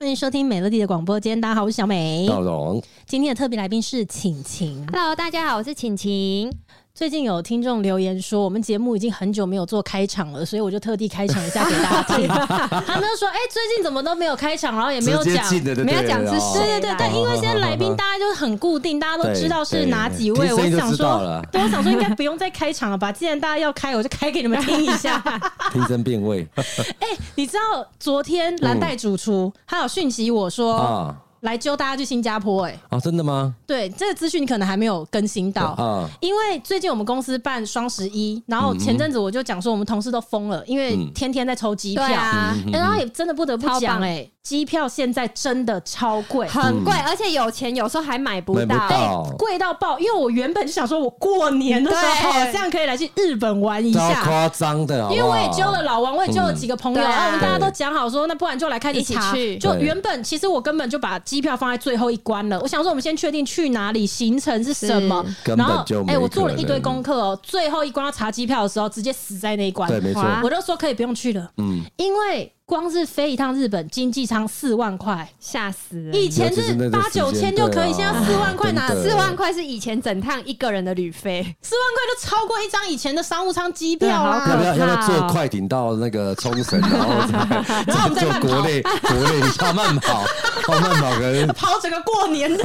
欢迎收听美乐蒂的广播间，大家好，我是小美。道龙，今天的特别来宾是晴晴。 Hello，大家好，我是晴晴。最近有听众留言说，我们节目已经很久没有做开场了，所以我就特地开场一下给大 家听。他们就说：“哎、最近怎么都没有开场，然后也没有直接讲。”进的就没有对讲了是哦谁对对对，但因为现在来宾对大家就是很固定，大家都知道是哪几对位。听我声音就想知道说了，对，我想说应该不用再开场了吧？既然大家要开，我就开给你们听一下。听声辨位你知道昨天蓝带主嗯厨、他有讯息我说、啊来揪大家去新加坡、哎，啊，真的吗？对，这个资讯你可能还没有更新到。啊，因为最近我们公司办双十一，然后前阵子我就讲说我们同事都疯了，因为天天在抽机票，对啊，哎然后也真的不得不超讲，棒哎，机票现在真的超贵，很贵，而且有钱有时候还买不买不到。到，贵到爆！因为我原本就想说，我过年的时候对好像可以来去日本玩一超下。夸张的，好不因为我也好揪了老王，我也揪了几个朋友，嗯对啊然后我们大家都讲好说，那不然就来开始一起查去。就对原本其实我根本就把机票放在最后一关了，我想说我们先确定去哪里，行程是什么是，嗯根然本后就没哎，我做了可一堆能功课哦，最后一关要查机票的时候，直接死在那一关。对，没错，哇我就说可以不用去了，嗯，因为光是飞一趟日本经济舱四万块，吓死人！以前尤其是那是个八九时千间就对可以，啊现在四万块哪真的四万块是以前整趟一个人的旅 费，四万块就超过一张以前的商务舱机票啊啦。对要不要可要不要怕坐哦快艇到那个冲绳，然后再然后我们再坐慢跑国内国内一下慢跑，哦，慢跑可能跑整个过年的，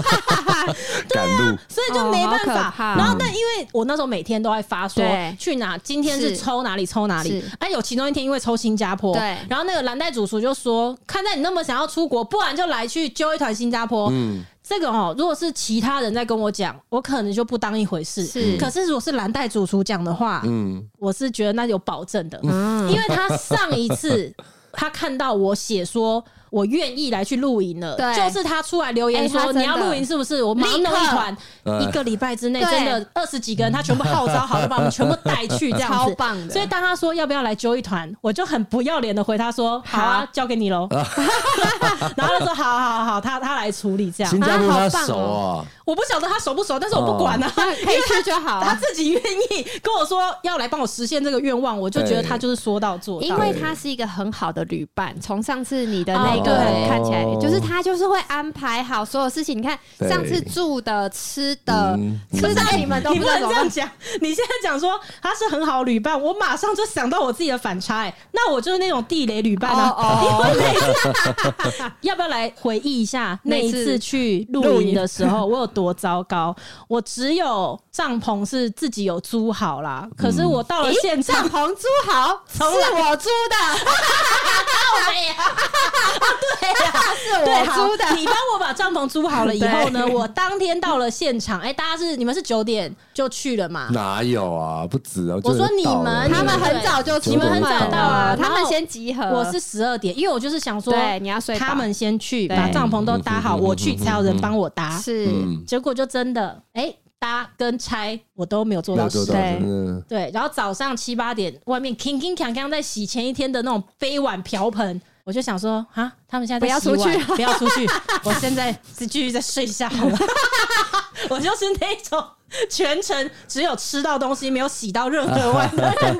赶路，所以就没办哦法好可。怕然后，但因为我那时候每天都在发说对去哪，今天是是抽哪里抽哪里是。哎，有其中一天因为抽新加坡，对然后那个蓝带主厨就说，看在你那么想要出国，不然就来去揪一团新加坡。嗯，这个哦，如果是其他人在跟我讲，我可能就不当一回事。是可是如果是蓝带主厨讲的话，嗯，我是觉得那有保证的，嗯因为他上一 次他看到我写说我愿意来去露营了，对就是他出来留言哎他说真的你要露营是不是？我马上立弄刻一团，嗯一个礼拜之内对真的二十几个人，他全部号召好，就把我们全部带去这样子，超棒的所以当他说要不要来揪一团，我就很不要脸的回他说好啊好，交给你 喽。然后他说好好好，他他来处理这样新。加坡他啊好棒熟啊，我不晓得他熟不熟，但是我不管啊，那可以去就好 他啊。自己愿意跟我说要来帮我实现这个愿望，我就觉得他就是说到做因到。为他是一个很好的旅伴，从上次你的那哦个对看起来，哦就是他就是会安排好所有事情。你看对上次住的、吃的嗯，吃到你们都你不不知道能怎这么样办。讲，你现在讲说他是很好的旅伴，我马上就想到我自己的反差、哎，那我就是那种地雷旅伴啊。哦因为那一次要不要来回忆一下那一次去露营的时候，我有多糟糕？我只有帐篷是自己有租好啦，可是我到了咦现场帐，篷租好，是从来我租的，是 我对，租好的。你帮我把帐篷租好了以后 呢，我当天到了现场，哎、大家是你们是九点就去了嘛？哪有啊，不止啊，我说你们他们很对早就出你们很门早到啊了他然们后先集合。我是十二点，因为我就是想说，对你要睡饱他们先去对把帐篷都搭好，我去才有人帮我搭。是嗯，结果就真的，哎、搭跟拆我都没有做到那就事到。对嗯对，然后早上七八点，外面 king king 锵锵在洗前一天的那种杯碗瓢盆，我就想说啊，他们现在在洗碗不要出去不要出去， 我现在继续再睡一下好了。 我就是那种全程只有吃到东西，没有洗到任何碗 的人。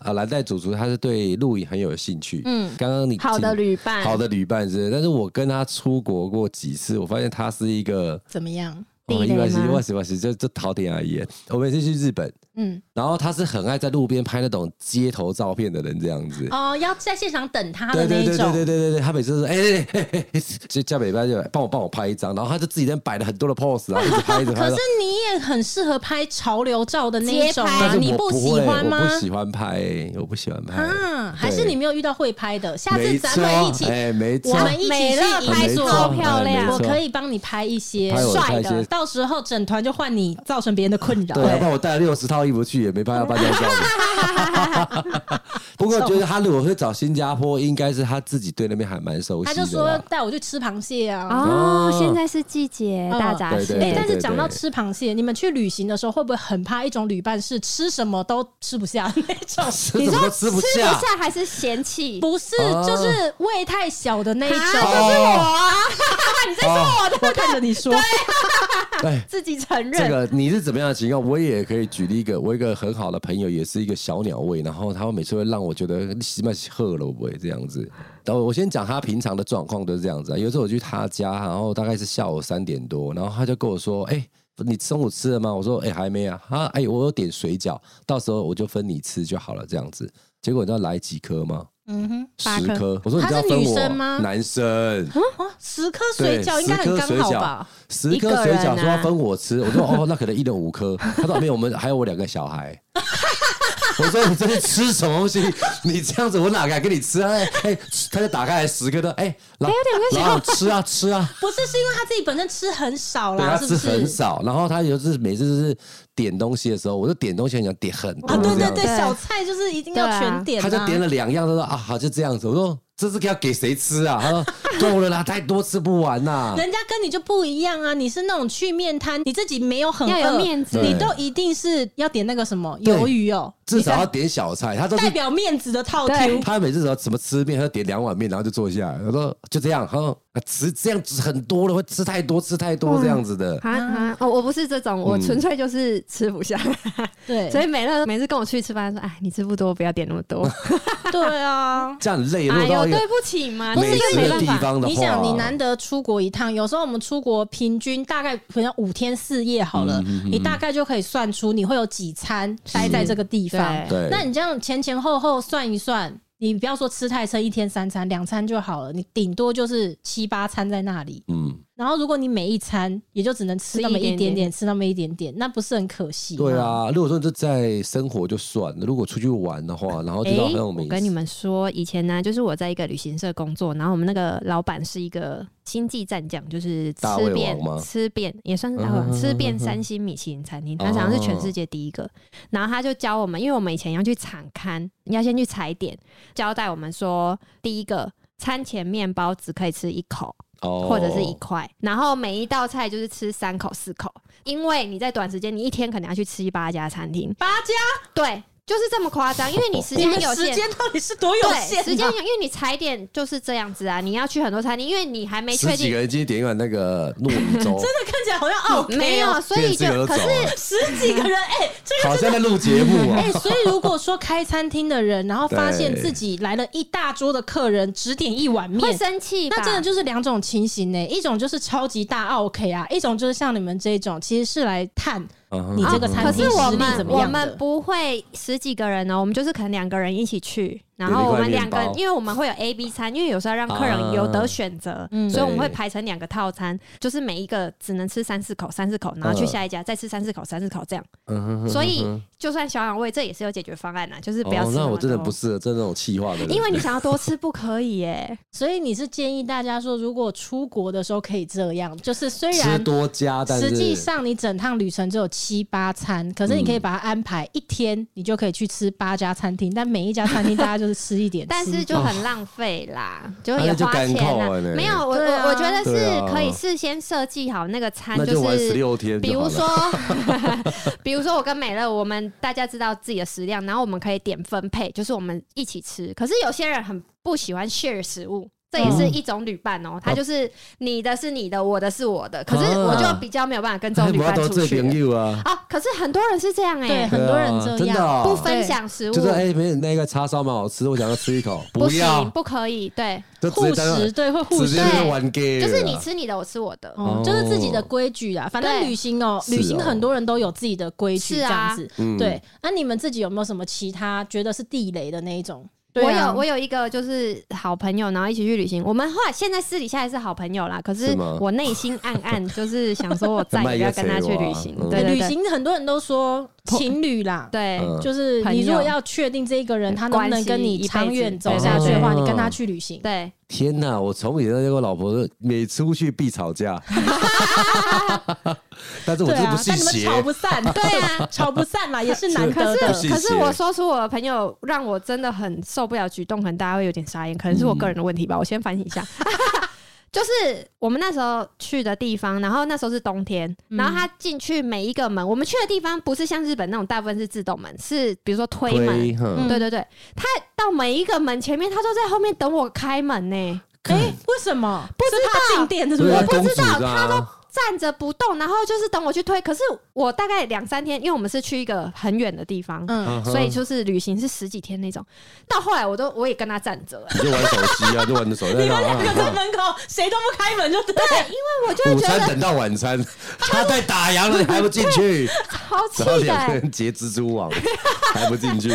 啊，蓝带主厨他是对露营很有兴趣。嗯，刚刚你好的旅伴好的旅伴之类，但是我跟他出国过几次，我发现他是一个怎么样？地哦雷意外是吗意外是意外是，就就陶点而已。我每次去日本，嗯，然后他是很爱在路边拍那种街头照片的人，这样子。哦，要在现场等他的对那对一对对对对种。对对，他每次都是哎哎哎哎哎，就叫美班就来帮我帮我拍一张，然后他就自己在那摆了很多的 pose，然后一直拍一直可拍。然是后你也很适合拍潮流照的那一种街但啊，是你我不喜会欢吗我？不喜欢拍，我不喜欢拍。啊，还是对你没有遇到会拍的？下次没咱们一错起，哎，没错，我们一起美乐去拍银座超漂亮没我错可以帮你拍一些拍我帅拍一的，些到时候整团就换你，造成别人的困扰。对，要不然我带了六十套衣服去也没办法搬家照片。不过我觉得他如果会找新加坡，应该是他自己对那边还蛮熟悉他的。就说，带我去吃螃蟹啊。哦哦，现在是季节嗯大闸对对哎、对蟹，但是讲到吃螃蟹，你们去旅行的时候会不会很怕一种旅伴是吃什么都吃不下的那 种？ 吃什么都吃不下，还是嫌弃？不是，哦就是胃太小的那一啊，种。就是我啊！你在说哦 我的，我看着你说，哎，自己承这认。个你是怎么样的情况？我也可以举例一个个我一个很好的朋友，也是一个小鸟胃，然后他每次会让我觉得西麦喝了不会这样子。然后我先讲他平常的状况都是这样子、啊。有一次我去他家，然后大概是下午三点多，然后他就跟我说：“哎、你中午吃了吗？”我说：“哎、还没啊。”他哎、我有点水饺，到时候我就分你吃就好了，这样子。结果你知道来几颗吗？嗯哼，八十颗颗。我说你他知道是分女我生吗男生。哦，十颗水对饺应该很刚好吧？十一颗个水人饺说啊要分我吃，我说哦，那可能一人五颗。他说啊没有，我们还有我两个小孩。我说你这是吃什么东西？你这样子我哪敢给你吃啊？哎、哎他就打开来十个的，哎、老老吃啊吃啊，不是，是因为他自己本身吃很少对他啦，是吃不很是？少，然后他就是每次就是点东西的时候，我就点东西很想点很多啊，对这对样子，对，对小菜就是一定要对啊全点、啊，他就点了两样，他说啊好就这样子。我说这是要给谁吃啊？他说够了啦，太多吃不完呐、人家跟你就不一样啊！你是那种去面摊，你自己没有很饿要有面子你对都一定是要点那个什么对鱿鱼哦、至少要点小菜，他都是代表面子的套对厅。他每次只要怎么吃面，他就点两碗面，然后就坐下来，他说就这样，他说啊吃这样子很多了，会吃太多，吃太多这样子的。啊啊！哦，我不是这种，嗯我纯粹就是吃不下，对，所以美乐每次跟我去吃饭说：“哎，你吃不多，不要点那么 多。对啊。这样很累，如哎果呦，到一个对不起嘛，不是这个因为没美办地法。方的话，你想，你难得出国一趟，有时候我们出国平均大概可能五天四夜好嗯了，你大概就可以算出你会有几餐待在这个地方。对那你这样前前后后算一算，你不要说吃太撑，一天三餐两餐就好了，你顶多就是七八餐在那里。嗯，然后如果你每一餐也就只能吃那么一吃一点点点，点吃那么一点点，那不是很可惜？对，啊。如果说你就在生活就算了，如果出去玩的话，然后知道很有哎我名，跟你们说，以前呢，就是我在一个旅行社工作，然后我们那个老板是一个星际战将，就是吃大胃王遍吗吃遍也算是大胃嗯哦王，哼吃嗯遍哼三星米其林餐厅，他好像是全世界第一个。然后他就教我们，因为我们以前要去场刊，要先去踩点，交代我们说，第一个餐前面包只可以吃一口，哦或者是一块，然后每一道菜就是吃三口四口，因为你在短时间，你一天可能要去吃八家餐厅，八家，对，就是这么夸张，因为你时你间们有时限。 间到底是多有限、对，啊？时间有，因为你踩点就是这样子啊，你要去很多餐厅，因为你还没确十几个定，人今天点一碗那个糯米 粥，真的看起来好像哦，没有，所以变成就可这是个走啊十几个人，哎、这好像在录节 目哎、 哦。所以如果说开餐厅的人，然后发现对自己来了一大桌的客人，只点一碗会面。生气吧？那真的就是两种情形呢、一种就是超级大 OK 啊，一种就是像你们这种，其实是来呃探嗯你这个嗯餐啊可厅是我实力怎们么我样的们不会十几个人哦，我们就是可能两个人一起去，然点一后我块们面两个，包因为我们会有 A、B 餐，因为有时候让客啊人有得选择，嗯所以我们会对排成两个套餐，就是每一个只能吃三四口，三四口，然后去嗯下一家再吃三四口，三四口这样。嗯哼哼所以就算小养胃，这也是有解决方案啦，就是不要哦吃。那我真的不。适合这种气话的人，因为你想要多吃不可以耶，所以你是建议大家说，如果出国的时候可以这样，就是虽吃然多加，但是实际上你整趟旅程只有七八餐，可是你可以把它安排一天，你就可以去吃八家餐厅，但每一家餐厅大家就是吃一点，但吃是一点就很浪费啦，就啊那也就花干钱扣啦了呢。没有，我对啊我我觉得对是啊可以事先设计好那个餐，那就就玩是十六天比就好如了，哎说，比如说我 跟美乐，我们大家知道自己的食量，然后我们可以点分配，就是我们一起吃。可是有些人很不喜欢 share 食物。这也是一种旅伴哦、嗯他就是你的是你的，我的是我的。可是我就比较没有办法跟这种啊哎旅不要伴都出做朋去友啊。啊。可是很多人是这样哎、对很多人这样对啊真的哦不分享食物，就是哎，没有那个叉烧蛮好吃，我想要吃一口，不行，要，不可以。对，就直接护当做食，对，会护直食接。就是玩 gay，就是你吃你的，我吃我的。哦哦就是自己的规矩啦，反正对旅行哦、是哦旅行很多人都有自己的规矩，是这啊样子。嗯对，那你们自己有没有什么其他觉得是地雷的那一种？我啊有我有一个就是好朋友，然后一起去旅行。我们后来现在私底下也是好朋友啦，可是是吗我内心暗暗就是想说，我 再也不要跟他去旅行卖个。对旅对对行很多人都说情侣啦， 对，嗯就是朋你友如果要确定这一个人他能不能跟关你系长远走一辈子下去的话，对对对你跟他去旅行。对，天哪！我从以前跟我老婆说，每出去必吵架，但是我对这啊不，但信你们邪，吵不散， 对啊，吵不散啦，也是难得不的。信可是邪我说出我的朋友让我真的很受不了举动，可能大家会有点傻眼，可能是嗯我个人的问题吧，我先反省一下。 就是我们那时候去的地方，然后那时候是冬天，然后他进去每一个门，我们去的地方不是像日本那种大部分是自动门，是比如说推门，推，哼嗯对对对，他到每一个门前面，他都在后面等我开门呢、哎，为什么？不知道是怕静电是不对是啊？不知道公主啊他都站着不动，然后就是等我去推。可是我大概两三天，因为我们是去一个很远的地方，嗯，嗯所以就是旅行是十几天那种。到后来我都我也跟他站 着、欸，你就玩手机啊，就玩 着手机。你们然两后个在门口，谁都不开门就对。因为我就午会觉餐得等到晚餐，他在打烊了，你还不进去？超气然后的、两个欸。人结蜘蛛网，还不进去？可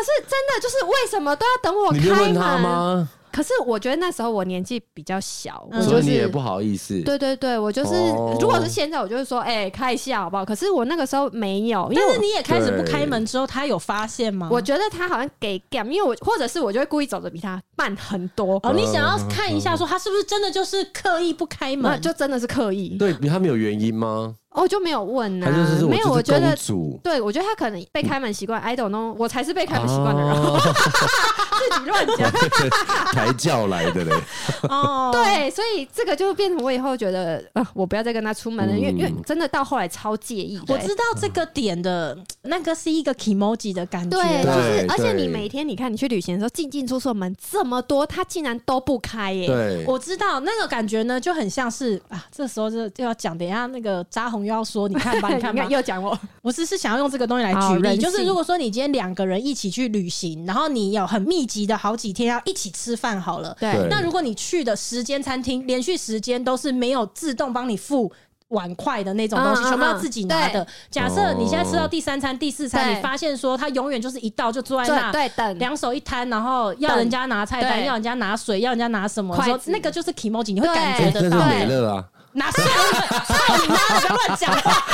是真的就是为什么都要等我你没有开问他门？吗？可是我觉得那时候我年纪比较小，我嗯所就以你也是不好意思。对对对，我就是哦如果是现在，我就会说，哎，开一下好不好？可是我那个时候没有，因为但我是你也开始不开门之后，他有发现吗？我觉得他好像给 gam，因为我或者是我就会故意走的比他慢很多，哦，你想要看一下，说他是不是真的就是刻意不开那门？就真的是刻意，对，他们有原因吗？哦，就没有问他就是啊，没有，我就觉是公得。主。对，我觉得他可能被开门习惯，I don't know，我才是被开门习惯的人，哦，自己乱讲。抬轿来的嘞，哦， 对，所以这个就变成我以后觉得，啊，我不要再跟他出门了，因为嗯因为真的到后来超介意的。我知道这个点的，那个是一个 emoji 的感觉。对，就对是而且对你每天你看你去旅行的时候，进进出出的门这么多，他竟然都不开耶、 对，我知道那个感觉呢，就很像是啊，这时候就就要讲，等一下那个扎红又要说，你 看吧， 你看吧，又讲我，我是是想要用这个东西来好举例，人就是性如果说你今天两个人一起去旅行，然后你有很密集的好几天要一起吃饭好了，对对那如果你去的时间餐厅连续时间都是没有自动帮你付。碗筷的那种东西，嗯嗯全部要自己拿的对。假设你现在吃到第三餐、第四餐，对你发现说他永远就是一到就坐在那对，对等， 两手一摊，然后要等人家拿菜单，对要人家拿水，要人家拿什么的时候，筷子那个就是 emoji，你会对感觉哎得那是到。美乐啊，拿水，操你妈的，不要乱讲话，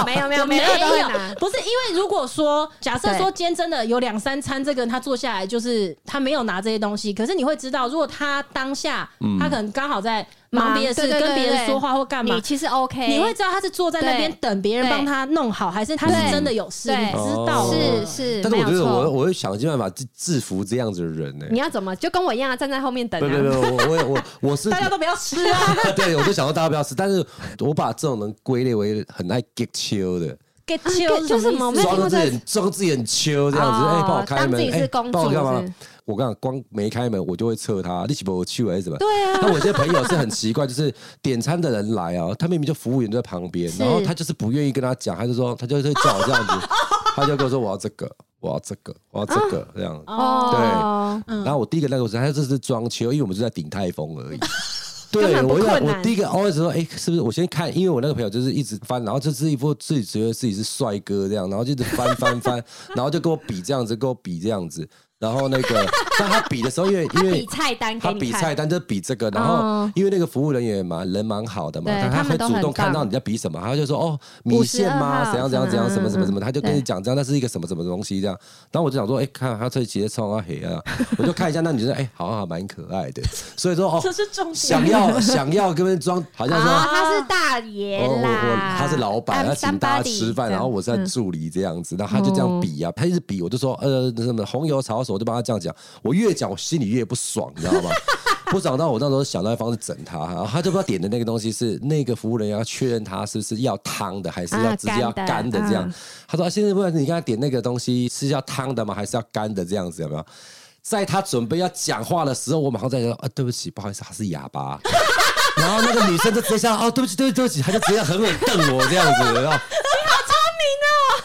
我没有。没有没有 没没有都会拿，不是因为如果说假设对说今天真的有两三餐，这个人他坐下来就是他没有拿这些东西，可是你会知道，如果他当下、嗯他可能刚好在忙忙别的事，对对对跟别人对说话或干嘛你。其实 OK，你会知道他是坐在那边对等别人对帮他弄好，还是他对是真的有事？对你知道哦是是，但是我没有觉得错我我会想尽办法制制服这样子的人呢。你要怎么就跟我一样啊站在后面等不不啊？不，我我我我是大家都不要吃啊 对，我就想说大家不要吃，但是我把这种人归类为很爱 get 秋的， ，get 就 chill 就什是么我意没思装有听过自己这很装自己很秋这样子，哎、哦帮我开门，当自己是哎公主帮我干是嘛？我跟你讲，光没开门，我就会测他，你起不去还是怎么？对啊，那我有些朋友是很奇怪，就是点餐的人来啊，他明明就服务员就在旁边，是然后他就是不愿意跟他讲，他就说他就会叫我这样子，他就跟我说我要这个，我要这个，我要这个这样。哦，然后我第一个那个我说他这是装秋，因为我们是在顶泰风 而已。根对，本不我要困我难第一个 always 说，哎、是不是我先看？因为我那个朋友就是一直翻，然后就是一副自己觉得自己是帅哥这样，然后就一直翻翻翻，然后就跟我比这样子，跟我比这样子。然后那个，但他比的时候，因为因他为比菜单他给你比菜看，单就比这个，然后嗯因为那个服务人员嘛，人蛮好的嘛，对但哦他他们会都主很动看棒到你在比什么，他就说哦，米线52吗？号怎样怎样怎样，什什么么什么嗯什么，他就跟对你讲这样，那是一个什么什么东西这样。然后我就想说，哎，看他这直接冲啊黑 啊，我就看一下那女生，哎，好像还蛮可爱的，所以说哦这，是重点。想要想要跟人装，好像说啊，他是大爷哦，我我啦，他是老板， I'm 他请大家 somebody，吃饭，这然样后我是他助理这样子，然后他就这样比啊，他一直比，我就说呃什么红油抄手，我就帮他这样讲，我越讲我心里越不爽，你知道 吗？不爽到我那时候想到一方式整他，然后他就不知道点的那个东西是那个服务人员要确认他是不是要汤的，还是要啊直接要干的干的这样嗯。他说、啊、先生，不然你刚才点那个东西是要汤的吗？还是要干的这样子？有没有？在他准备要讲话的时候，我马上在说啊，对不起，不好意思，他是哑巴。然后那个女生就直接想，哦，对不起，对不起，对不起，她就直接狠狠瞪我这样子，然后。好聪明哦！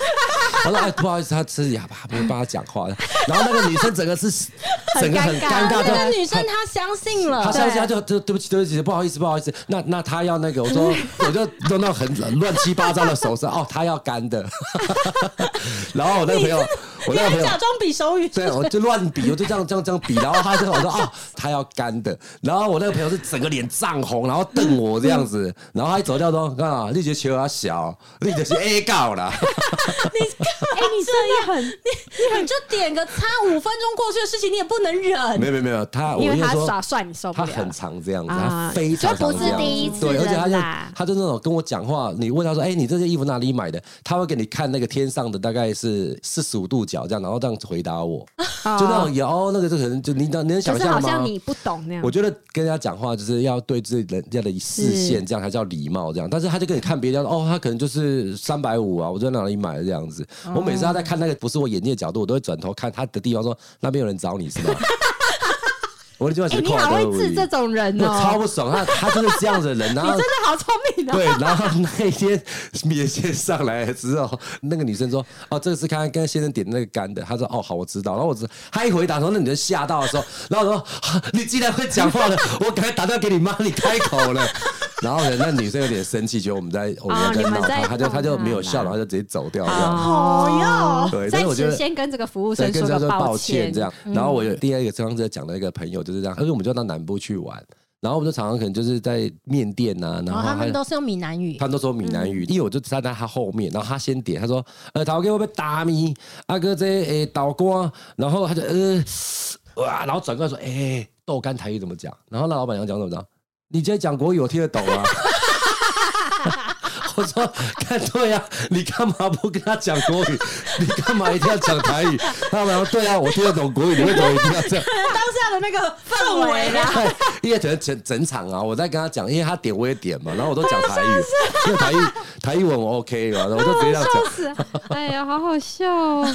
我说哎，不好意思，她是哑巴，没办法讲话。然后那个女生整个是整个很很尴尴尬，尬那个就女生她相信了她，相信对她就就对不起，对不起，不好意思，不好意思。那那她要那个，我 说我就弄到很乱七八糟的手势，哦，她要干的。 然后我那个朋友，我你那个还朋友假装比手语，对，我就乱比，我就这样这样这样比，然后他就我说啊，他要干的，然后我那个朋友是整个脸涨红，然后瞪我这样子，然后他一走掉说，干啊，你觉得球啊小，你就是 A 告啦，哎，你真的很，你就点个餐，五分钟过去的事情你也不能忍。没有没有没有，他 我因跟为你他说耍。帅，你受不他了，很常这样子，啊他非常常这样子就不是第一次对，而且他了就啦他就那种跟我讲话，你问他说：“哎、你这件衣服哪里买的？”他会给你看那个天上的大概是四十五度角这样，然后这样回答我，哦就那种有、哦、那个就可能就你能你能想就是象吗？好像你不懂那样我，觉得跟人家讲话就是要对自己人家的视线，这样才叫礼貌。这样，但是他就跟你看别人，嗯哦，他可能就是三百五啊，我在哪里买的这样子。哦我每次他在 看那个不是我眼界的角度，我都会转头看他的地方，说那边有人找你是吗？我的计划哎、是你跨而好会已治这种人我哦、超不爽，他他就是这样子的 人，然你后真的好聪 明哦、对，然后那一天米线上来了之后，那个女生说：“哦，这个是刚刚跟先生点的那个干的。”她说：“哦，好，我知道。”然后我知，她一回答说：“那女生吓到的时候，然后我说、啊你既然会讲话了，我赶快打电话给你妈，你开口了。”然后呢，那女生有点生气，觉得我们在我哦们在你们闹她，在她就她就弄她没有笑，啦然后就直接走掉。这样哦好哟对但在是我觉此得先跟这个服务对，生跟哦说他个说抱歉，这样。然后我有第二个刚才讲的一个朋友就是这样，因为我们就到南部去玩，然后我们就常常可能就是在面店啊，然然后后哦他还们都是用闽南语他，们都说闽南语，因为我就站在他后面，然后他先点，他说：“呃，头哥会不会打米？阿哥这诶倒光。”然后他就呃 哇，然后转过来说：“哎、豆干台语怎么讲？”然后那老板娘讲怎么讲？你今天讲国语我听得懂啊。 我说：“看对啊，你干嘛不跟他讲国语？你干嘛一定要讲台语？”他们说：“对啊，我听得懂国语，你为什么一定要这样？”当下的那个氛氛围围啦， 因为整整整场啊，我在跟他讲，因为他点我也点嘛，然后我都讲 台语，因为台语台语文我 OK 嘛，然后我就直接这样讲。是，哎呀，好好笑哦、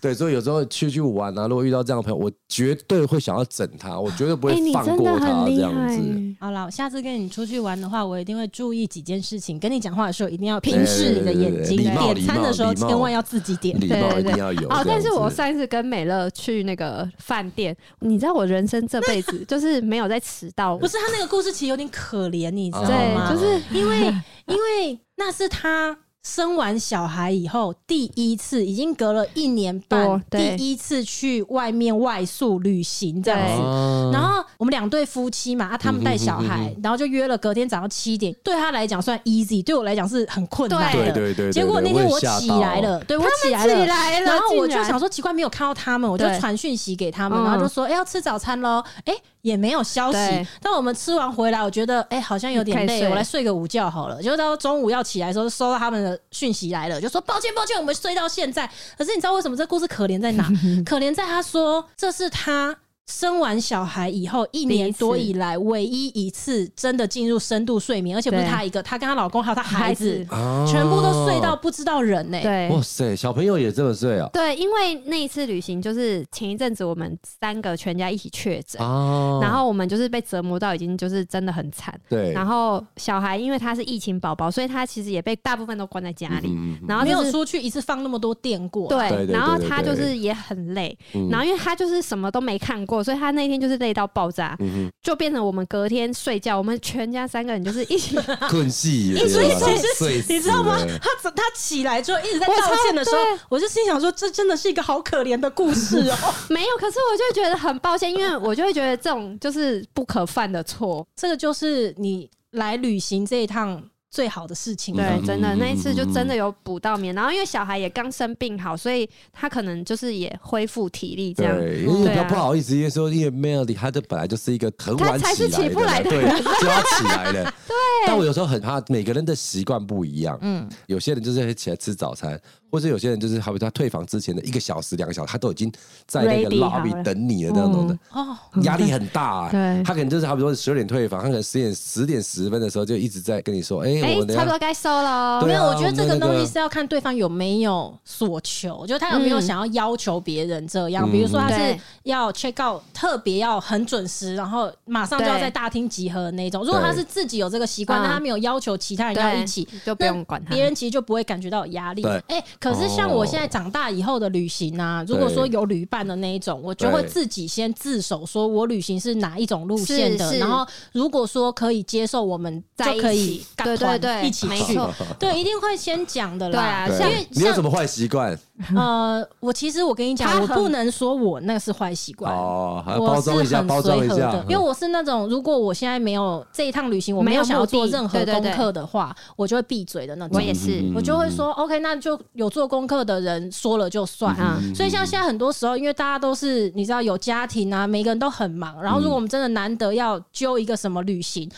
对，所以有时候去去玩啊，如果遇到这样的朋友，我绝对会想要整他， 我绝对不哎、会你放真过的他很这厉样害子。耶，好啦，我下次跟你出去玩的话，我一定会注意几件事情。跟你讲话的时候，一定要平视你的眼睛。对对对对对礼貌点餐的时候，礼貌千万要自己点。礼貌一定要有。哦，这样但子是我上一次跟美乐去那个饭店，你知道我人生这 辈子就是没有在迟到，不是他那个故事其实有点可怜，你知道对，吗？就是因 为因为那是他生完小孩以后第一次，已经隔了一年半多，哦对第一次去外面外宿旅行这样对子。哦然后我们两对夫妻嘛，啊，他们带小嗯孩，然后就约了隔天早上七点。对他来讲算 easy，对我来讲是很困难对对的。对对，结果那天我起来了，对我起来了，哎来然后我就竟想说奇怪，没有看到他们，我就对传讯息给他们，嗯然后就说哎、要吃早餐喽，哎、也没有消息对。但我们吃完回来，我觉得哎、好像有点可以累，睡我来睡个午觉好了。结果到中午要起来的时候，收到他们的讯息来了，就说抱歉抱歉，我们睡到现在。可是你知道为什么这故事可怜 在哪？可怜在他说这是他。生完小孩以后一年多第一次以来，唯一一次真的进入深度睡眠，而且不是对她一个，她跟她老公还有她孩子，啊全部都睡哦到。不知道人呢、欸对哇塞，小朋友也这么睡啊？对，因为那一次旅行就是前一阵子我们三个全家一起确诊，啊，然后我们就是被折磨到已经就是真的很惨。对，然后小孩因为他是疫情宝宝，所以他其实也被大部分都关在家里。嗯然后没啊就有是出去一次放那么多电过。啊对，对对然后对对他对就是也很累，嗯然后因为他就是什么都没看过，所以他那天就是累到爆炸，嗯就变成我们隔天睡觉，我们全家三个人就是 一起，哼困戏，一直对吧啊一直睡死你知道吗？了他怎他起来之后一直在我道超歉的时候对，我就心想说，这真的是一个好可怜的故事哦、 没有，可是我就觉得很抱歉，因为我就会觉得这种就是不可犯的错，这个就是你来旅行这一趟最好的事情。对，真的嗯那一次就真嗯的有补到眠，然后因为小孩也刚生病好，所以他可能就是也恢复体力这样，嗯对，因为比较对啊不好意思，因为说因为 Melody 她这本来就是一个很晚她才是起起不来来的的人，对，就要起来了。对，但我有时候很怕，每个人的习惯不一样。嗯，有些人就是会起来吃早餐，或者有些人就是好比他退房之前的一个小时、两个小时，他都已经在那个 Ready 好 lobby 了等你了那种的，哦，压力很大、啊。对他可能就是好比说十二点退房，他可能十点十点十分的时候就一直在跟你说：“哎、哎、我等差下不多该收了哦。对没啊有，我觉得这个我们那个东西是要看对方有没有所求，就是他有没有嗯想要要求别人这嗯样。比如说他是要 check out 特别要很准时，然后马上就要对在大厅集合的那一种。如果他是自己有这个习惯，嗯但他没有要求其他人要对，一起，就不那用管他，别人其实就不会感觉到有压力。嗯对哦哎、可是像我现在长大以后的旅行啊，如果说有旅伴的那一种，我就会自己先自首，说我旅行是哪一种路线的是。是然后如果说可以接受，我们在就可以一起赶对团对对一起没去错。对，一定会先讲的对啦。啊，对像你有像什么坏习惯？呃，我其实我跟你讲，他我很不能说我那是坏习惯。哦，还要我包是装一下，很包装一随和下嗯的，，因为我是那种，如果我现在没有这一趟旅行，我没有想要做任何没有目的功课的话，我就会闭嘴的那种。我也是嗯我就会说 OK，那就有做功课的人说了就算。啊，所以像现在很多时候，因为大家都是你知道有家庭啊，每个人都很忙。嗯然后如果我们真的难得要揪一个什么旅行，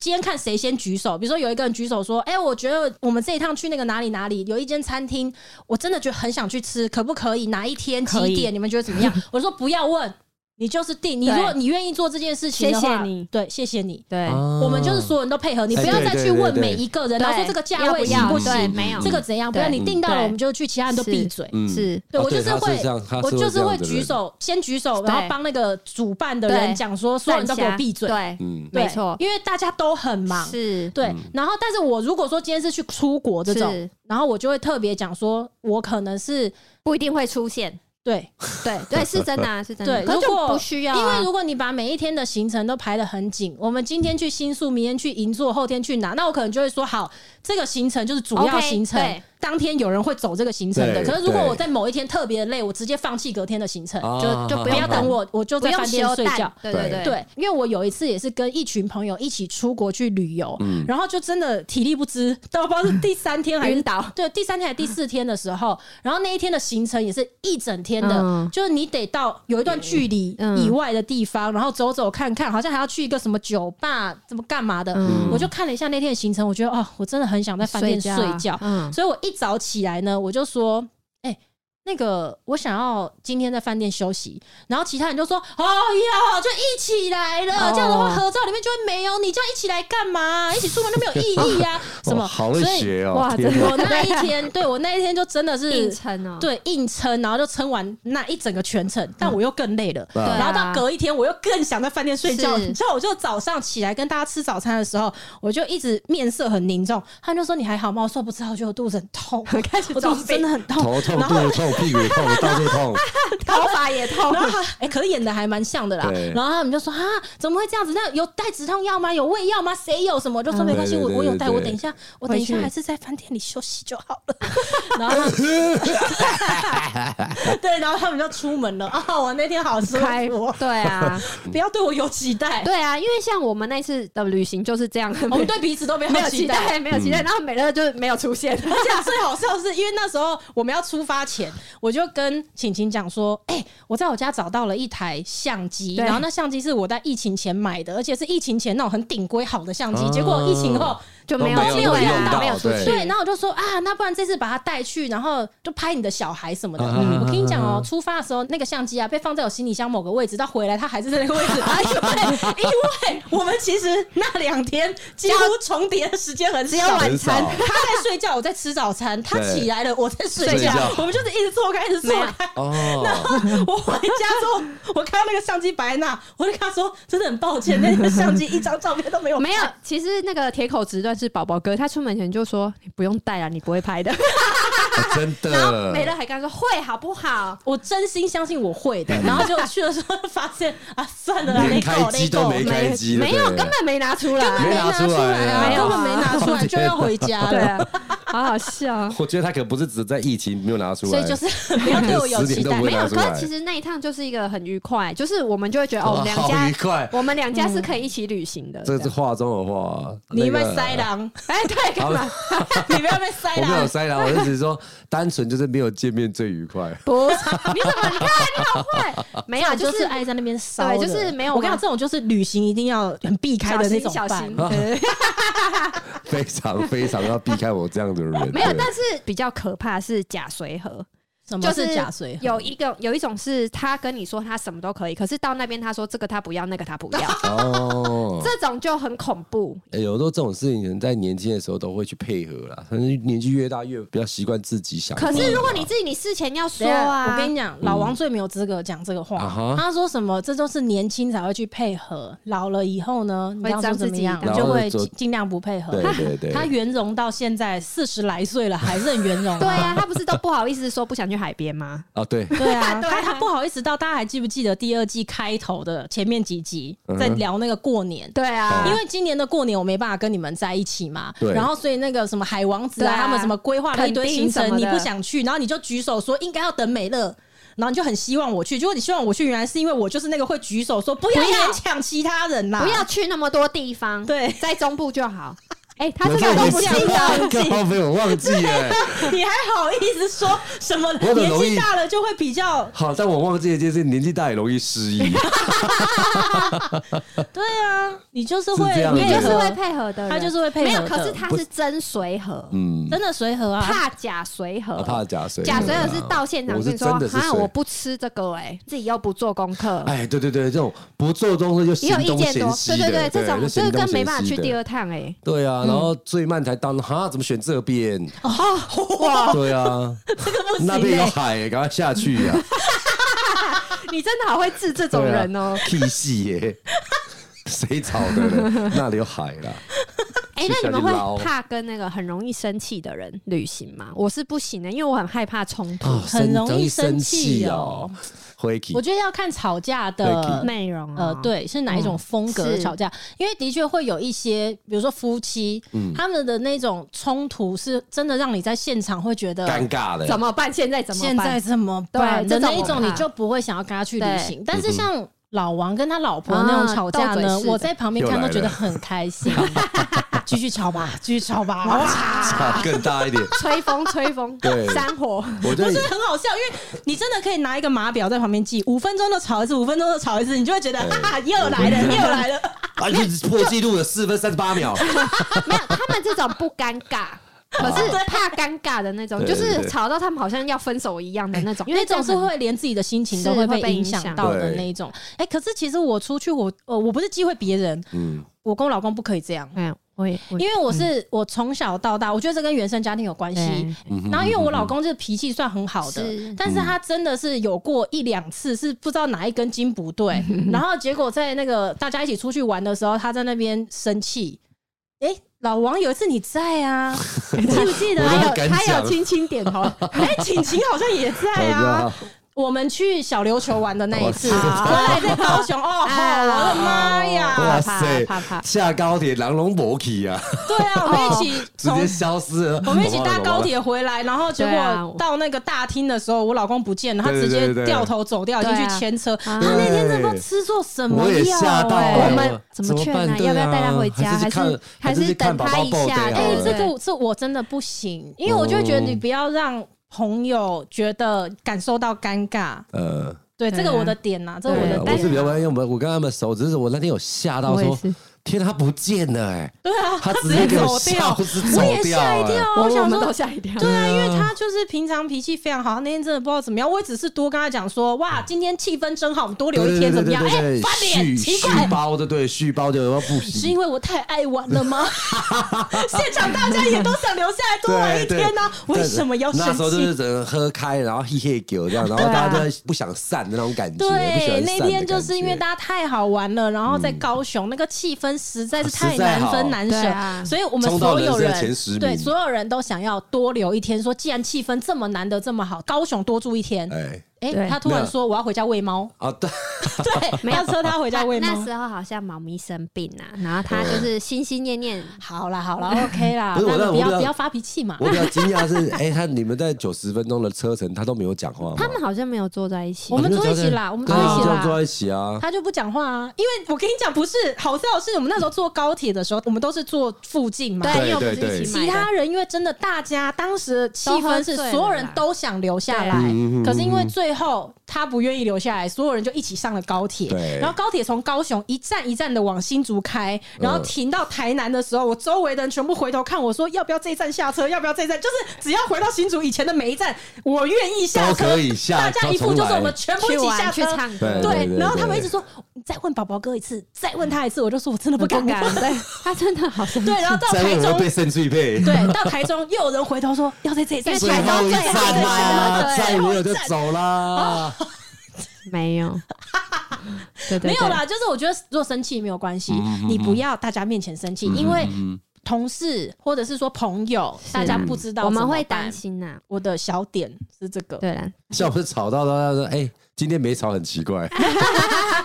今天看谁先举手。比如说有一个人举手说：“哎、我觉得我们这一趟去那个哪里哪里有一间餐厅，我真的觉得很想去吃，可不可以？哪一天可几以点？你们觉得怎么样？”我说不要问。你就是定。你对如果你愿意做这件事情的话，谢谢你对，谢谢你。对，啊我们就是所有人都配合你，哎不要再去问对对对对每一个人，对然后说这个价位行要不不行要？对，没有这个怎样？不嗯对嗯然你定到了，对我们就去，其他人都闭嘴。嗯是对哦我就是他会这样，他我就是这样会的举人，手，先举手，对然后帮那个主办的人对讲说，所有人都给我闭嘴。对，嗯，对没错因为大家都很忙。是，对嗯，然后但是我如果说今天是去出国这种是，然后我就会特别讲说，我可能是不一定会出现，对，对对，是真的啊，是真的，对可是如就果不需要啊，因为如果你把每一天的行程都排得很紧，我们今天去新宿，明天去银座，后天去哪，那我可能就会说好，这个行程就是主要 OK，行程对当天有人会走这个行程的。对可是如果对我在某一天特别累，我直接放弃隔天的行程，啊就不不要用等我，我就不在用饭店休睡蛋觉。对对对对，因为我有一次也是跟一群朋友一起出国去旅游，嗯然后就真的体力不支，到不知道是第三天还是 晕倒，对，第三天还是第四天的时候，然后那一天的行程也是一整天的，嗯就是你得到有一段距离嗯以外的地方，然后走走看看，好像还要去一个什么酒吧，怎么干嘛的。嗯我就看了一下那天的行程，我觉得哦，我真的很想在饭店睡觉，嗯，所以我一早起来呢，我就说，哎、那个我想要今天在饭店休息，然后其他人就说，哦呀，就一起来了，哦这样的话合照里面就会没有你，这样一起来干嘛？一起出门都没有意义 呀、什么？哇哦好所会以学哦，哇，天真哪的我那一天，对我那一天就真的硬是。撑嗯哦，对，硬撑，然后就撑完那一整个全程，但我又更累了。对啊然后到隔一天，我又更想在饭店睡觉。是你知道，我就早上起来跟大家吃早餐的时候，我就一直面色很凝重。他们就说：“你还好吗？”我说：“不知道，我觉得我肚子很 痛，开始我肚子真的很痛。”头痛、肚子痛、屁股也痛、到处痛， 头发也痛然后他 哎、可是演的还蛮像的啦对。然后他们就说啊，怎么会这样子？那有带止痛药吗？有胃药吗？谁有什么？我就说嗯没关系，对我对我有对带，对我等一下，我等一下回去还是在饭店里休息就好了。然 后他们对，然后他们就出门了啊、我那天好舒 开服，哦对啊，不要对我有期待。对啊，因为像我们那次的旅行就是这样，我哦们对彼此都没 没有有期期待。待，没有期待，然后美乐就是没有出现，而且最好笑的是，因为那时候我们要出发前，我就跟晴晴讲说：“哎、我在我家找到了一台相机，对然后那相机是我在疫情前买的，而且是疫情前那种很顶规好的相机。啊结果疫情后，就没没有有都没有用啊到没有出对去，对，然后我就说啊，那不然这次把它带去，然后就拍你的小孩什么的。啊我跟你讲哦、出发的时候那个相机啊，被放在我行李箱某个位置，到回来它还是在那个位置，因为因为我们其实那两天几乎重叠的时间很少，只有晚很餐少。他在睡觉，我在吃早餐；他对起来了，我在睡睡觉觉。我们就是一直错开，一直错开。哦， 我回家之后，我看到那个相机摆在那，我就跟他说：“真的很抱 歉，那个相机一张照片都没有。” 没有，其实那个铁口直断是宝宝哥，他出门前就说你不用带了，啊你不会拍的。啊真然后的，美乐还跟他说会好不好？我真心相信我会的，然后就去的时候发现 啊，算了啦，连那开狗机那都狗没开机了没有，对根本没拿出来。没拿出来啊，没有根啊本没拿出来，就要回家对了。啊，好 好笑。我觉得他可能不是只在疫情没有拿出来，所以就是 不要对我有期待 10点都不。会 没拿有，出来可是其实那一趟就是一个很愉快，就是我们就会觉得哦，我哇们两好家愉快，嗯我们两家是可以一起旅行的。 这这是样话中有话。你那被个塞 狼，哎，对，干嘛？你不要被塞我没有狼。塞狼，我就只是说，单纯就是没有见面最愉快。不是，你怎么你看你好 坏？没有，啊就是是爱在那边烧的，对就是没有我跟你讲，这种就是旅行一定要很避开小的那心种小伴心。。对非常非常要避开我这样的人。没有，对但是比较可怕是假随和，什就么是假随和？有一个有一种是他跟你说他什么都可以，可是到那边他说这个他不要，那个他不要， 哦，这种就很恐怖。欸有时候这种事情可能在年轻的时候都会去配合啦，可能年纪越大越比较习惯自己想法。可是如果你自己你事前要说等一下啊，我跟你讲，老王最没有资格讲这个话啊。哈他说什么？这都是年轻才会去配合，老了以后呢，你会要说仗怎么自己啊样，然后就会就尽尽量不配合。对对 对他圆融到现在四十来岁了，还是很圆融、 对。啊，他不是都不好意思说不想去海边吗？啊，对，对啊， 对他他不好意思到，大家还记不记得第二季开头的前面几集嗯哼在聊那个过年？对啊，因为今年的过年我没办法跟你们在一起嘛，对然后所以那个什么海王子啊，对啊他们什么规划了一堆行垦程，丁你什么的不想去，然后你就举手说应该要等美乐。然后你就很希望我去，结果你希望我去，原来是因为我就是那个会举手说不要不要勉强其他人啦，不要去那么多地方，啊对 在中部就好。哎、他这个东西啊有这个的， 高飞我忘记啊了。你还好意思说什么？我很年容易纪大了就会比较 好，但我忘记一件事，年纪大也容易失 忆。对啊，你就是是会这样配子合，你就是会配合的人，他就是会配合没的有，可是他是真随和，嗯，真的随和啊。怕假随和，我怕假水，啊假随和是到现场我跟是你说真的是啊，水我不吃这个，哎，自己又不做功课，哎，对对对，这种不做东西就也行有意东见嫌多，西对对的，对，这种就这行个东跟没嫌办法西去的第二趟，哎，对啊，然后最慢才到，哈，怎么选这边？哦哦哇，对啊， 那边欸有海，赶快下去啊 呀！你真的好会治这种对啊人哦。屁戏耶，谁吵的呢？那里有海 啦。哎、去那下你们去捞会怕跟那个很容易生气的人旅行吗？我是不行的，因为我很害怕冲突、啊很容易生生气气哦。哦回去我觉得要看吵架对的内容、啊。呃，，嗯对，是哪一种风格的是吵架？因为的确会有一些，比如说夫妻，嗯他们的那种冲突是真的让你在现场会觉得尴尬了，怎么办？现在怎么办？现在怎么对办的这种那一我种，你怕就不会想要跟他去旅对行。嗯但是像老王跟他老婆那啊种吵架斗呢嘴，式的我在旁边看都觉得很开心。 继续吵吧，继续吵吧，哇， 差啊更大一点。吹风，吹风， 对山 火，我觉不得是很好笑，因为你真的可以拿一个码表在旁边记，五分钟就吵一次，五分钟就吵一次，你就会觉得对哈哈，又来了，又来了。啊，你破纪录了，四分三十八秒。没有，他们这种不尴尬。 可是怕尴尬的那种，哦对就对是对吵到他们好像要分手一样的那种，因为那种是会连自己的心情都会是会被被影影响响到的那一种。哎、可是其实我出去我，呃我不是忌讳别人，嗯，我跟我老公不可以这样，嗯，我也因为我是、我从小到大，我觉得这跟原生家庭有关系。嗯然后因为我老公这脾气算很好的是，但是他真的是有过一两次是不知道哪一根筋不 对，然后结果在那个大家一起出去玩的时候，他在那边生气。哎、老王有一次你在 啊，你记不记得？我还都有不敢他有讲轻轻 点头，哎、晴晴好像也在啊。我们去小琉球玩的那一次，我知道对，在高雄 哦，我的妈 哇呀！塞怕怕怕，下高铁狼龙搏起啊，对啊，我们一起哦直从接消失了。我们一起搭高铁回来，然后结对啊果到那个大厅的时候，我老公不见了，他直对对接对对掉头走掉，已对啊经去牵车。他啊那天真的不知对道吃错什我么也药吓到哎了，我们怎怎么劝办呢对要不要带他啊回家还是去还是看还是是看等宝他宝一抱对下哦哎哎啊，这个这我真的不行，因为我就会觉得你不要让朋友觉得感受到尴尬。呃，对，对啊这个我的点呐，这对我的啊点。我是比较关心，我们我跟他们熟，只是我那天有吓到我也说是，天，他不见了，哎，对啊，他直直接接给我走消掉，失走我也掉，吓一跳哎，啊，我想们说都吓一跳。对啊，因为他就是平常脾气非常好，那天真的不知道怎么样，我也只是多跟他讲说，哇，今天气氛真好，我们多留一天怎么样？嗯对哎对对对，翻脸续奇续怪。包的对，续包的要复是习因。为我太爱玩了 吗？现场大家也都想留下来多玩一天呢、为什么要那生时候就是气？整个喝开，然后嘿嘿酒这样，然后对啊大家都在不想散的那种感觉，不喜对欢，散的那感觉嗯天就是因为大家太好玩了，然后在高雄、那个气氛实在是太难分难实舍，在好对啊所以我们冲到所有人生前十名对所有人都想要多留一天，说既然气氛这么难得这么好，高雄多住一天。哎哎、对他突然说我要回家喂猫，啊，对，对， 没有车他回家喂猫 那。时候好像猫咪生病啊，然后他就是心心念念，好啦 好啦，OK 啦，不是我那那你不我要比较不要发脾气嘛。我比较惊讶是，哎，他你们在九十分钟的车程，他都没有讲话吗？他们好像没有坐在一起我。们坐一起啦，我们坐对一啊，起这样坐啦。在一起啊，他就不讲话啊，因为我跟你讲，不是好笑的是，我们那时候坐高铁的时候，我们都是坐附近嘛。对对，因为我们对是一起买其的。他人因为真的，大家当时气氛是都喝醉了啦所有人都想留下对来啊，可是因为最后他不愿意留下来，所有人就一起上了高铁对。然后高铁从高雄一站一站的往新竹开，然后停到台南的时候，我周围的人全部回头看我说：“要不要这一站下车？要不要这一站？”就是只要回到新竹以前的每一站，我愿意下车，都哦可以下大家一副就是我们全部一去起玩下去车。唱对歌，对对，然后他们对一直说：“你再问宝宝哥一次，再问他一次。”我就说：“我真的不不敢敢，问。对，他真的好生”气对，。然后到在台为什中么被肾去配？ 对，到台中又有人回头说要在这里站因起为最来，台后中一最好站啦，对再啊没有就走啦。没有，对对对没有啦，就是我觉得如果生气没有关嗯系，你不要大家面前生气，因为同事或者是说朋友，大家不知道嗯我们怎么会办担。心呐。我的小点是这个，对啦，像我们吵到他说，哎、今天没吵很奇 怪，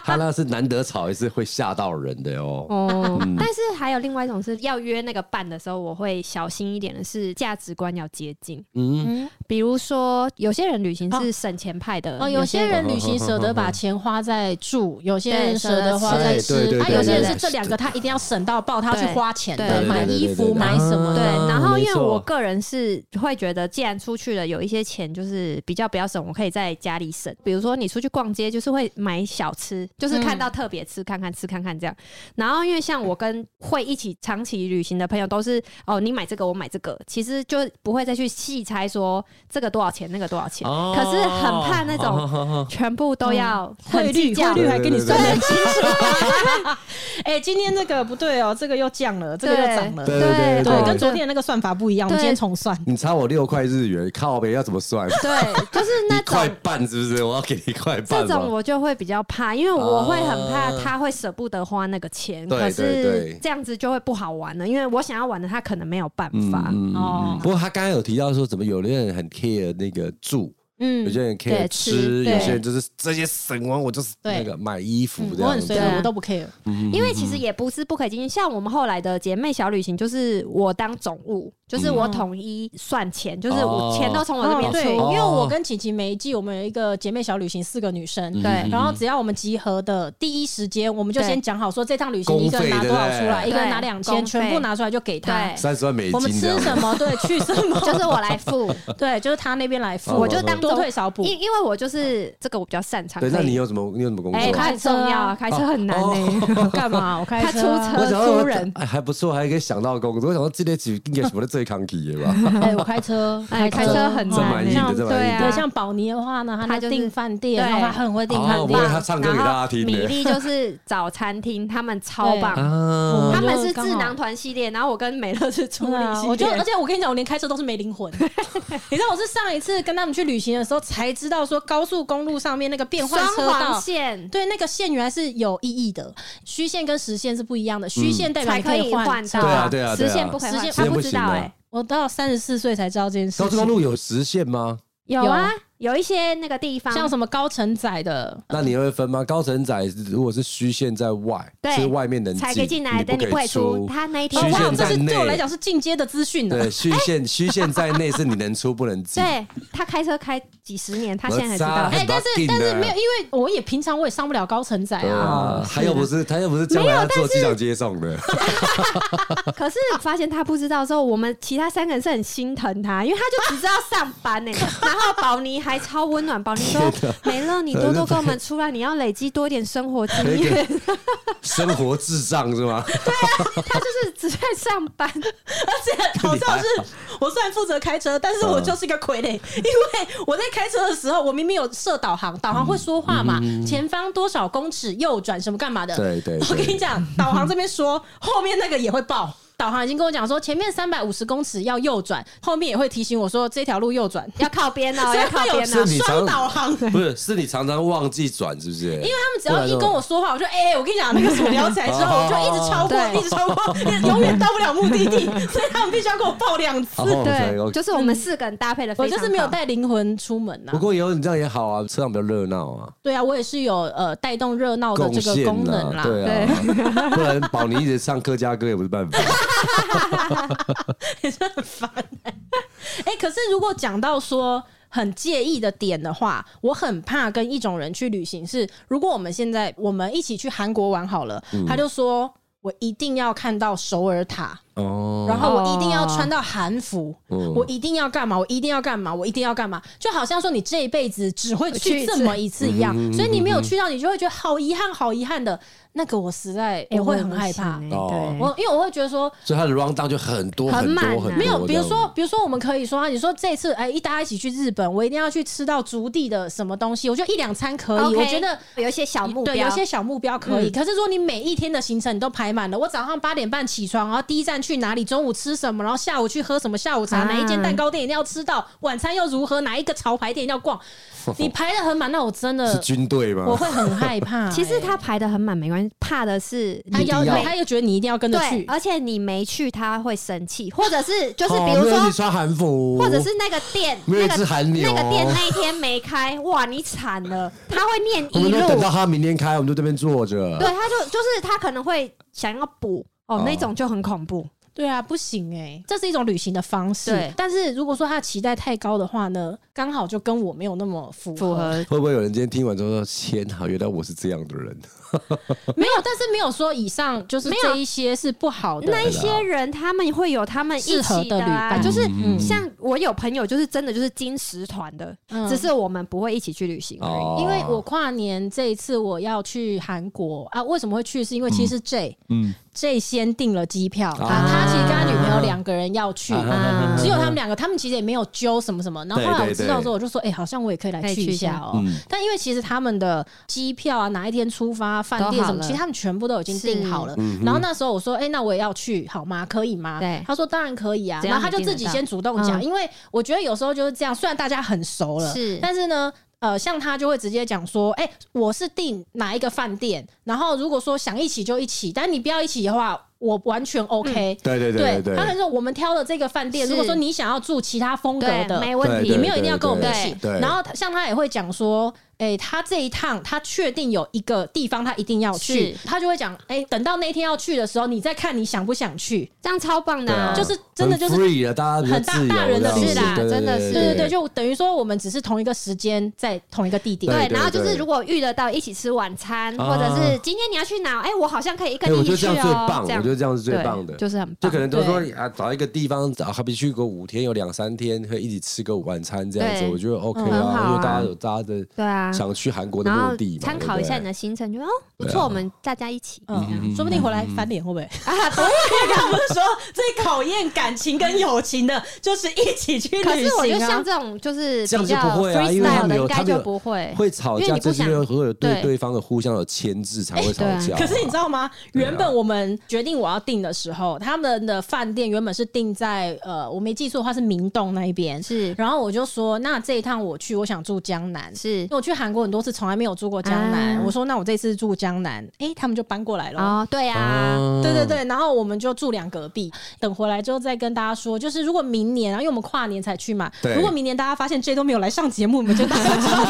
他那是难得吵一次，会吓到人的哦。哦，但是还有另外一种是要约那个伴的时候，我会小心一点的是价值观要接近。嗯，比如说，有些人旅行是省钱派的，哦，有些人旅行舍得把钱花在住，有些人舍得花在吃对对，对啊，对有些人对是这两个他一定要省到爆，他要去花钱对的，对买对对衣服对买什么对的。啊，然后因没为错我个人是会觉得，既然出去了，有一些钱就是比较不要省，我可以在家里省。比如说你出去逛街，就是会买小吃，就是看嗯到特别吃看看吃看看这样。然后因为像我跟会一起长期旅行的朋友，都是哦你买这个我买这个，其实就不会再去细猜说这个多少钱那个多少钱。哦可是很怕 那种全部都要嗯很汇计率，较汇率还跟你算对得对很清楚。 哎，今天这个不对哦，这个又降了，这个又涨了。对对对对，跟对，昨天的那个算法不一样，我们对今天重算。你差我六块日元，靠呗，要怎么算？对，就是 那一种块半是不是？我要给你一块这半哦种吗？我就会比较怕，因为我会很怕啊他会舍不得花那个钱，对可对是对这样子就会不好玩了，因为我想要玩的他可能没有办法。嗯哦不过他刚刚有提到说，怎么有的人很 care 那个住，嗯有些人 care 对吃，对有些人就是这些省完我就是那个买衣服这我样很子随。和，对我都不 care。嗯因为其实也不是不可以经济，像我们后来的姐妹小旅行，就是我当总务，就是我统一算钱，就是我嗯哦钱都从我这边对，出。因哦为我跟琪琪每一季我们有一个姐妹小旅行，四个女生，对然后只要我们集合的第一时间，我们就对先讲好说这趟旅行一个人拿多少出来，公费对不对一个人拿两千，对全部拿出来就给他对。三十万美我们金吃这样子什么，对，去什么，就是我来 付，对，就是他那边来付，哦我就当多总退少补。因因为我就是这个我比较擅哦长。对，那可以你有哦什么？你有什么工作？哎，开他很重要哦啊，开车很难欸 呢。干嘛？我开他车啊出车我想说租人哎还不错，还可以想到工作。我想说这类剧应该什么的最抗体的吧？ 哎，我开车，哎开车很这蛮难硬呢，像的，这蛮对硬啊的。对，像宝妮的话呢，他他那就是订饭店，对然后他很会订哦饭我以为店。啊他唱歌给大家听然呢。后米粒就是找餐厅，他们超对棒，啊我他就们是刚智好囊团系列，然后我跟美乐是处对理啊，系我就而列。且我跟你讲，我连开车都是没灵魂。 你知道我是上一次跟他们去旅行的时候才知道，说高速公路上面那个变换双车黄道，线对那个线原来是有意义的，虚线跟实线是不一样的，虚线代表才你可以换换车道，嗯对啊对啊对实啊线不可以实换，线他不不知行道啊哎，我到三十四岁才知道这件事高速公情，路有实线吗？有啊，有一些那个地方像什么高承载的，那你会分吗？高层仔如果是虚线在外，对是外面能才可以进来，你但不你不可可以以出出。。他那一哦虚天线哇，这晚上，是在内对我来讲是进阶的资讯呢。对，虚线虚线在内是你能出不能进。哎对他开车开几十年，他现在才知我道知。哎，但是但是很没有，因为我也平常我也上不了高承载对啊哦啊，，他又不是他又不是将来要做机场接送的， 可是发现他不知道之后，我们其他三个人是很心疼他，因为他就只知道上班 呢、然后宝妮还超温暖，宝妮说：“啊美乐，你多多跟我们出来，你要累积多一点生 活经验。 生活智障是 吗？”他就是只在上班，而 且好像是我虽然负责开车，但是我就是一个傀儡，因为我在开车的时候，我明明有设导嗯航，导航会说话嘛，前方多少公尺右转什么干嘛的。对对对我跟你讲，导航这边说，后面那个也会报。导航已经跟我讲说，前面三百五十公尺要右转，后面也会提醒我说这条路右转，要靠边哦，所以 要会靠有边是。哦你常双导航。不是，是你常常忘记转，是不是？因为因为他们只要一跟我说话，我就哎、我跟你讲那个什么聊起来之 后，我就哦一直超过，对一直超过，永远到不了目的地，所以他们必须要跟我报两哦次。对，就是我们四个人搭配的，我就是没有。带灵魂出门呐、不过有你这样也好啊，车上比较热闹啊，对啊，我也是有呃带动热哦闹的贡这个献功能呐，啦。 对啊， 不然宝妮一直唱客家歌也不是办法。也是很烦、欸。哎、可是如果讲到说很介意的点的话，我很怕跟一种人去旅行是，如果我们现在我们一起去韩国玩好了，嗯他就说。我一定要看到首尔塔，哦，然后我一定要穿到韩服，嗯我一定要干嘛？我一定要干嘛？我一定要干嘛？就好像说你这一辈子只会去去一这次么一次一嗯样，所以你没有去到，你就会觉得好遗憾，好遗憾的。那个我实在哎哎我会很欸害怕，欸哦我因为我会觉得说，所以他的 round down 就很多很多满啊很多。没有，比如这样说，比如说，我们可以说啊，你说这次哎，一大家一起去日本，我一定要去吃到足地的什么东西，我觉得一两餐可以。我觉得有一些小啊目标，嗯对，有些小目标可以。可是如果你每一天的行程你都排满了，我早上八点半起床，然后第一站去去哪里，中午吃什么，然后下午去喝什么下午茶，啊哪一间蛋糕店一定要吃到，晚餐又如何，哪一个潮牌店一定要 逛，你排的很满，那我真是的军队吗呃我？会很害 怕、其实欸他排的很满没关系，怕的是他你要要他又觉得你一定要跟着对，啊去，而且你没去他会生气，或者是就是比哦如没有一起说，穿韩服，或者是那个店没有那一只个韩那牛，个店那一天没开，哇，你惨了，他会念我一们路就，等到他明天开，我们就这边坐着。对，，他就就是他可能会想要补哦哦，那种就很恐怖。对啊，不行哎、这是一种旅行的方式对。但是如果说他的期待太高的话呢，刚好就跟我没有那么符合。会不会有人今天听完之后说：“天啊，原来我是这样的人没有，但是没有说以上就是没有这一些是不好的。那一些人他们会有他们一适合起的旅啊，伴就是嗯像我有朋友就是真的就是金石团的，嗯只是我们不会一起去旅行？”而已。哦，因为我跨年这一次我要去韩国啊，为什么会去？是因为其实 J、嗯， J 先订了机票，他啊他其实跟他女朋友两个人要去。啊只有他们两个，他们其实也没有揪什么什么。然后后来我对对知对道之后，我就说，哎、好像我也可以来可以去去一一下下哦、嗯但因为其实他们的机票啊，哪一天出发、饭店什都好么，了嗯其实他们全部都已经订好了。然后那时候我说，哎、那我也要去，好吗？可以吗？对他说当然可以啊。只要然后他你就订自得己到先主动讲，嗯因为我觉得有时候就是这样，虽然大家很熟了，是但是呢。呃，像他就会直接讲说，哎、我是订哪一个饭店，然后如果说想一起就一起，但你不要一起的话，我完全 OK、对对对他可对，能说我们挑的这个饭店，是如果说你想要住其他风格对，的，没问也题对。没有一定要跟我们一起。对对然后他像他也会讲说，哎、他这一趟他确定有一个地方他一定要去是，他就会讲，哎、等到那一天要去的时候，你再看你想不想去，这样超棒的、对啊就是真的就是。 free 了，大家比较很大自由大人的这样子是啦对对真的对是对对对对，就等于说我们只是同一个时间在同一个地点。对对，对然后就是对如果遇得到一起吃晚餐，啊或者是今天你要去哪？哎，我好像可以跟哎你我一觉起得这去哦样。最棒，我这觉样得这样是最对棒的。就是很就棒。可能都说对你啊，找一个地方，找还比去个五天，有两三天可以一起吃个晚餐这样子，对我觉得 OK 很好啊，啊因为大家有大家的对啊，想去韩国的然目后的嘛，参考一下你对的行程，就哦不对啊错，我们大家一起。嗯，说不定回来翻脸会不会？ 啊， 对。他们说最考验感情跟友情的，就是一起去旅行、啊。可是我觉得像这种就是这样比就较不会啊因为他 freestyle 们的，有应他该们有就不会不对。会吵因架，为你这不是想因为会有对对对方的互相有牵制才会吵对啊架嘛。可是你知道吗？对啊原本我们决定我要订的时候，他们的饭店原本是定在呃，我没记错的话是明洞那一边。是然后我就说，那这一趟我去，我想住江南。是因为我去韩国很多次，从来没有住过江南。啊我说，那我这次住江南，诶，他们就搬过来了。哦，对啊，啊对对对，然后我们就住两隔壁，等回来之后再跟大家说，就是如果明年啊，因为我们跨年才去嘛，对如果明年大家发现 J 都没有来上节目，我们就大家知道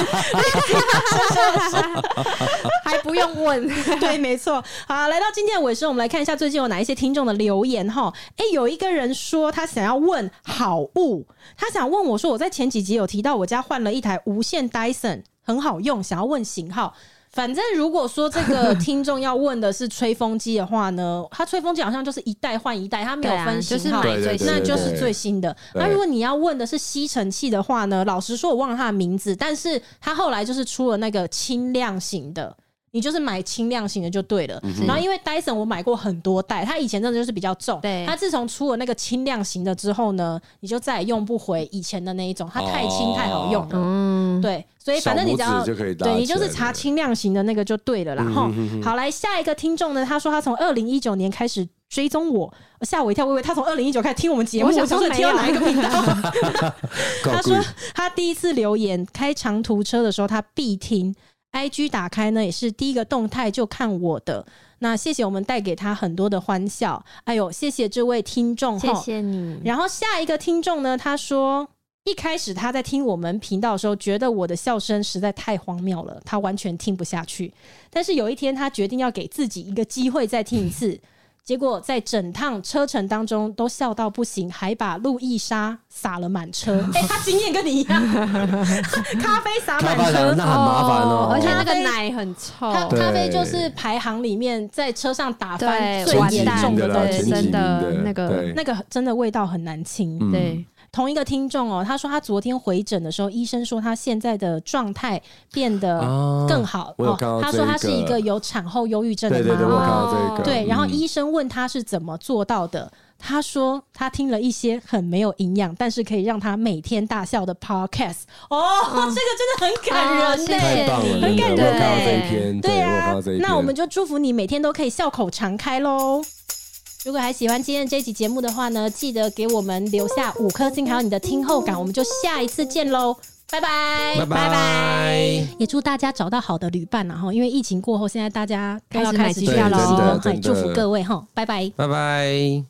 还不用问。 对，没错。好，来到今天的尾声，我们来看一下最近有哪一些听众的留言哈。哎、有一个人说他想要问好物，他想问我说，我在前几集有提到我家换了一台无线 Dyson，很好用，想要问型号。反正如果说这个听众要问的是吹风机的话呢，它吹风机好像就是一代换一代，它没有对啊分就型是号，买对对最对新那的就是最新的。对那如果你要问的是吸尘器的话呢，老实说，我忘了它的名字，但是它后来就是出了那个轻量型的。你就是买轻量型的就对了，嗯然后因为 Dyson 我买过很多代，它以前真的就是比较重，对它自从出了那个轻量型的之后呢，你就再也用不回以前的那一种，它太轻哦太好用了，嗯，对，所以反正你只小要拇指就可以搭对你就是起来嗯查轻量型的那个就对了啦。哈、好来下一个听众呢，他说他从二零一九年开始追踪我，呃吓我一跳，我以为他从二零一九开始听我们节目，我我想就说是听到哪没有 一个频道。搞他鬼说 他第一次留言开长途车的时候，他必听。IG 打开呢，也是第一个动态就看我的。那谢谢我们带给他很多的欢笑。哎呦，谢谢这位听众谢哈。谢你。然后下一个听众呢，他说一开始他在听我们频道的时候，觉得我的笑声实在太荒谬了，他完全听不下去。但是有一天，他决定要给自己一个机会再听一 次。结果在整趟车程当中都笑到不行，还把路易莎洒了满车。 哎、他经验跟你一样，咖啡洒开满发车商。 那很麻烦哦，而且咖那个啡奶很臭，咖对咖啡就是排行里面在车上打翻对，最前几严名重的啦，东对西，前几名真的的那个对那个真的味道很难清。嗯对，同一个听众哦，他说他昨天回诊的时候，医生说他现在的状态变得啊更好。我有哦看到他这说一他是一个个有产后忧郁症的对妈对妈。对，我看到哦这个，对然后嗯医生问他是怎么做到的。他说他听了一些很没有营养，但是可以让他每天大笑的 podcast。哦，这个真的很感人、嗯啊呢。谢谢太棒了，很感真的我有看到人这一篇，对，我有看啊到这一，篇，那我们就祝福你每天都可以笑口常开喽。如果还喜欢今天这期节目的话呢，记得给我们留下五颗星，还有你的听后感。我们就下一次见喽，拜拜，拜拜。也祝大家找到好的旅伴然后因为疫情过后，现在大家都要开始买开始机票买咯机票对嗨真的祝福各位哈，拜拜。拜拜。